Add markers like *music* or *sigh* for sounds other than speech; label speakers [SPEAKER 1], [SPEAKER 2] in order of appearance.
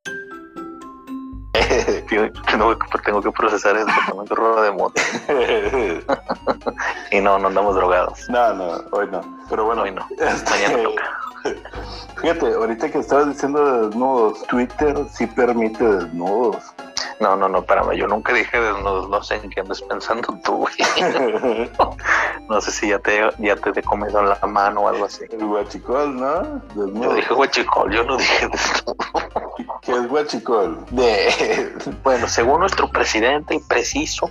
[SPEAKER 1] *laughs* que, que, que no tengo que procesar eso porque me robo de moto. y no, no andamos drogados.
[SPEAKER 2] No, no, hoy no. Pero bueno,
[SPEAKER 1] Hoy no. Mañana toca.
[SPEAKER 2] Fíjate, ahorita que estabas diciendo desnudos, Twitter sí permite desnudos. *laughs*
[SPEAKER 1] No, no, no, párame. Yo nunca dije desnudos. No sé en qué andas pensando tú, güey. No sé si ya te, ya te he comido la mano o algo así.
[SPEAKER 2] El guachicol, ¿no?
[SPEAKER 1] Yo
[SPEAKER 2] Desnudos.
[SPEAKER 1] dije guachicol, yo no dije desnudo.
[SPEAKER 2] ¿Qué es guachicol?
[SPEAKER 1] Bueno, según nuestro presidente, preciso,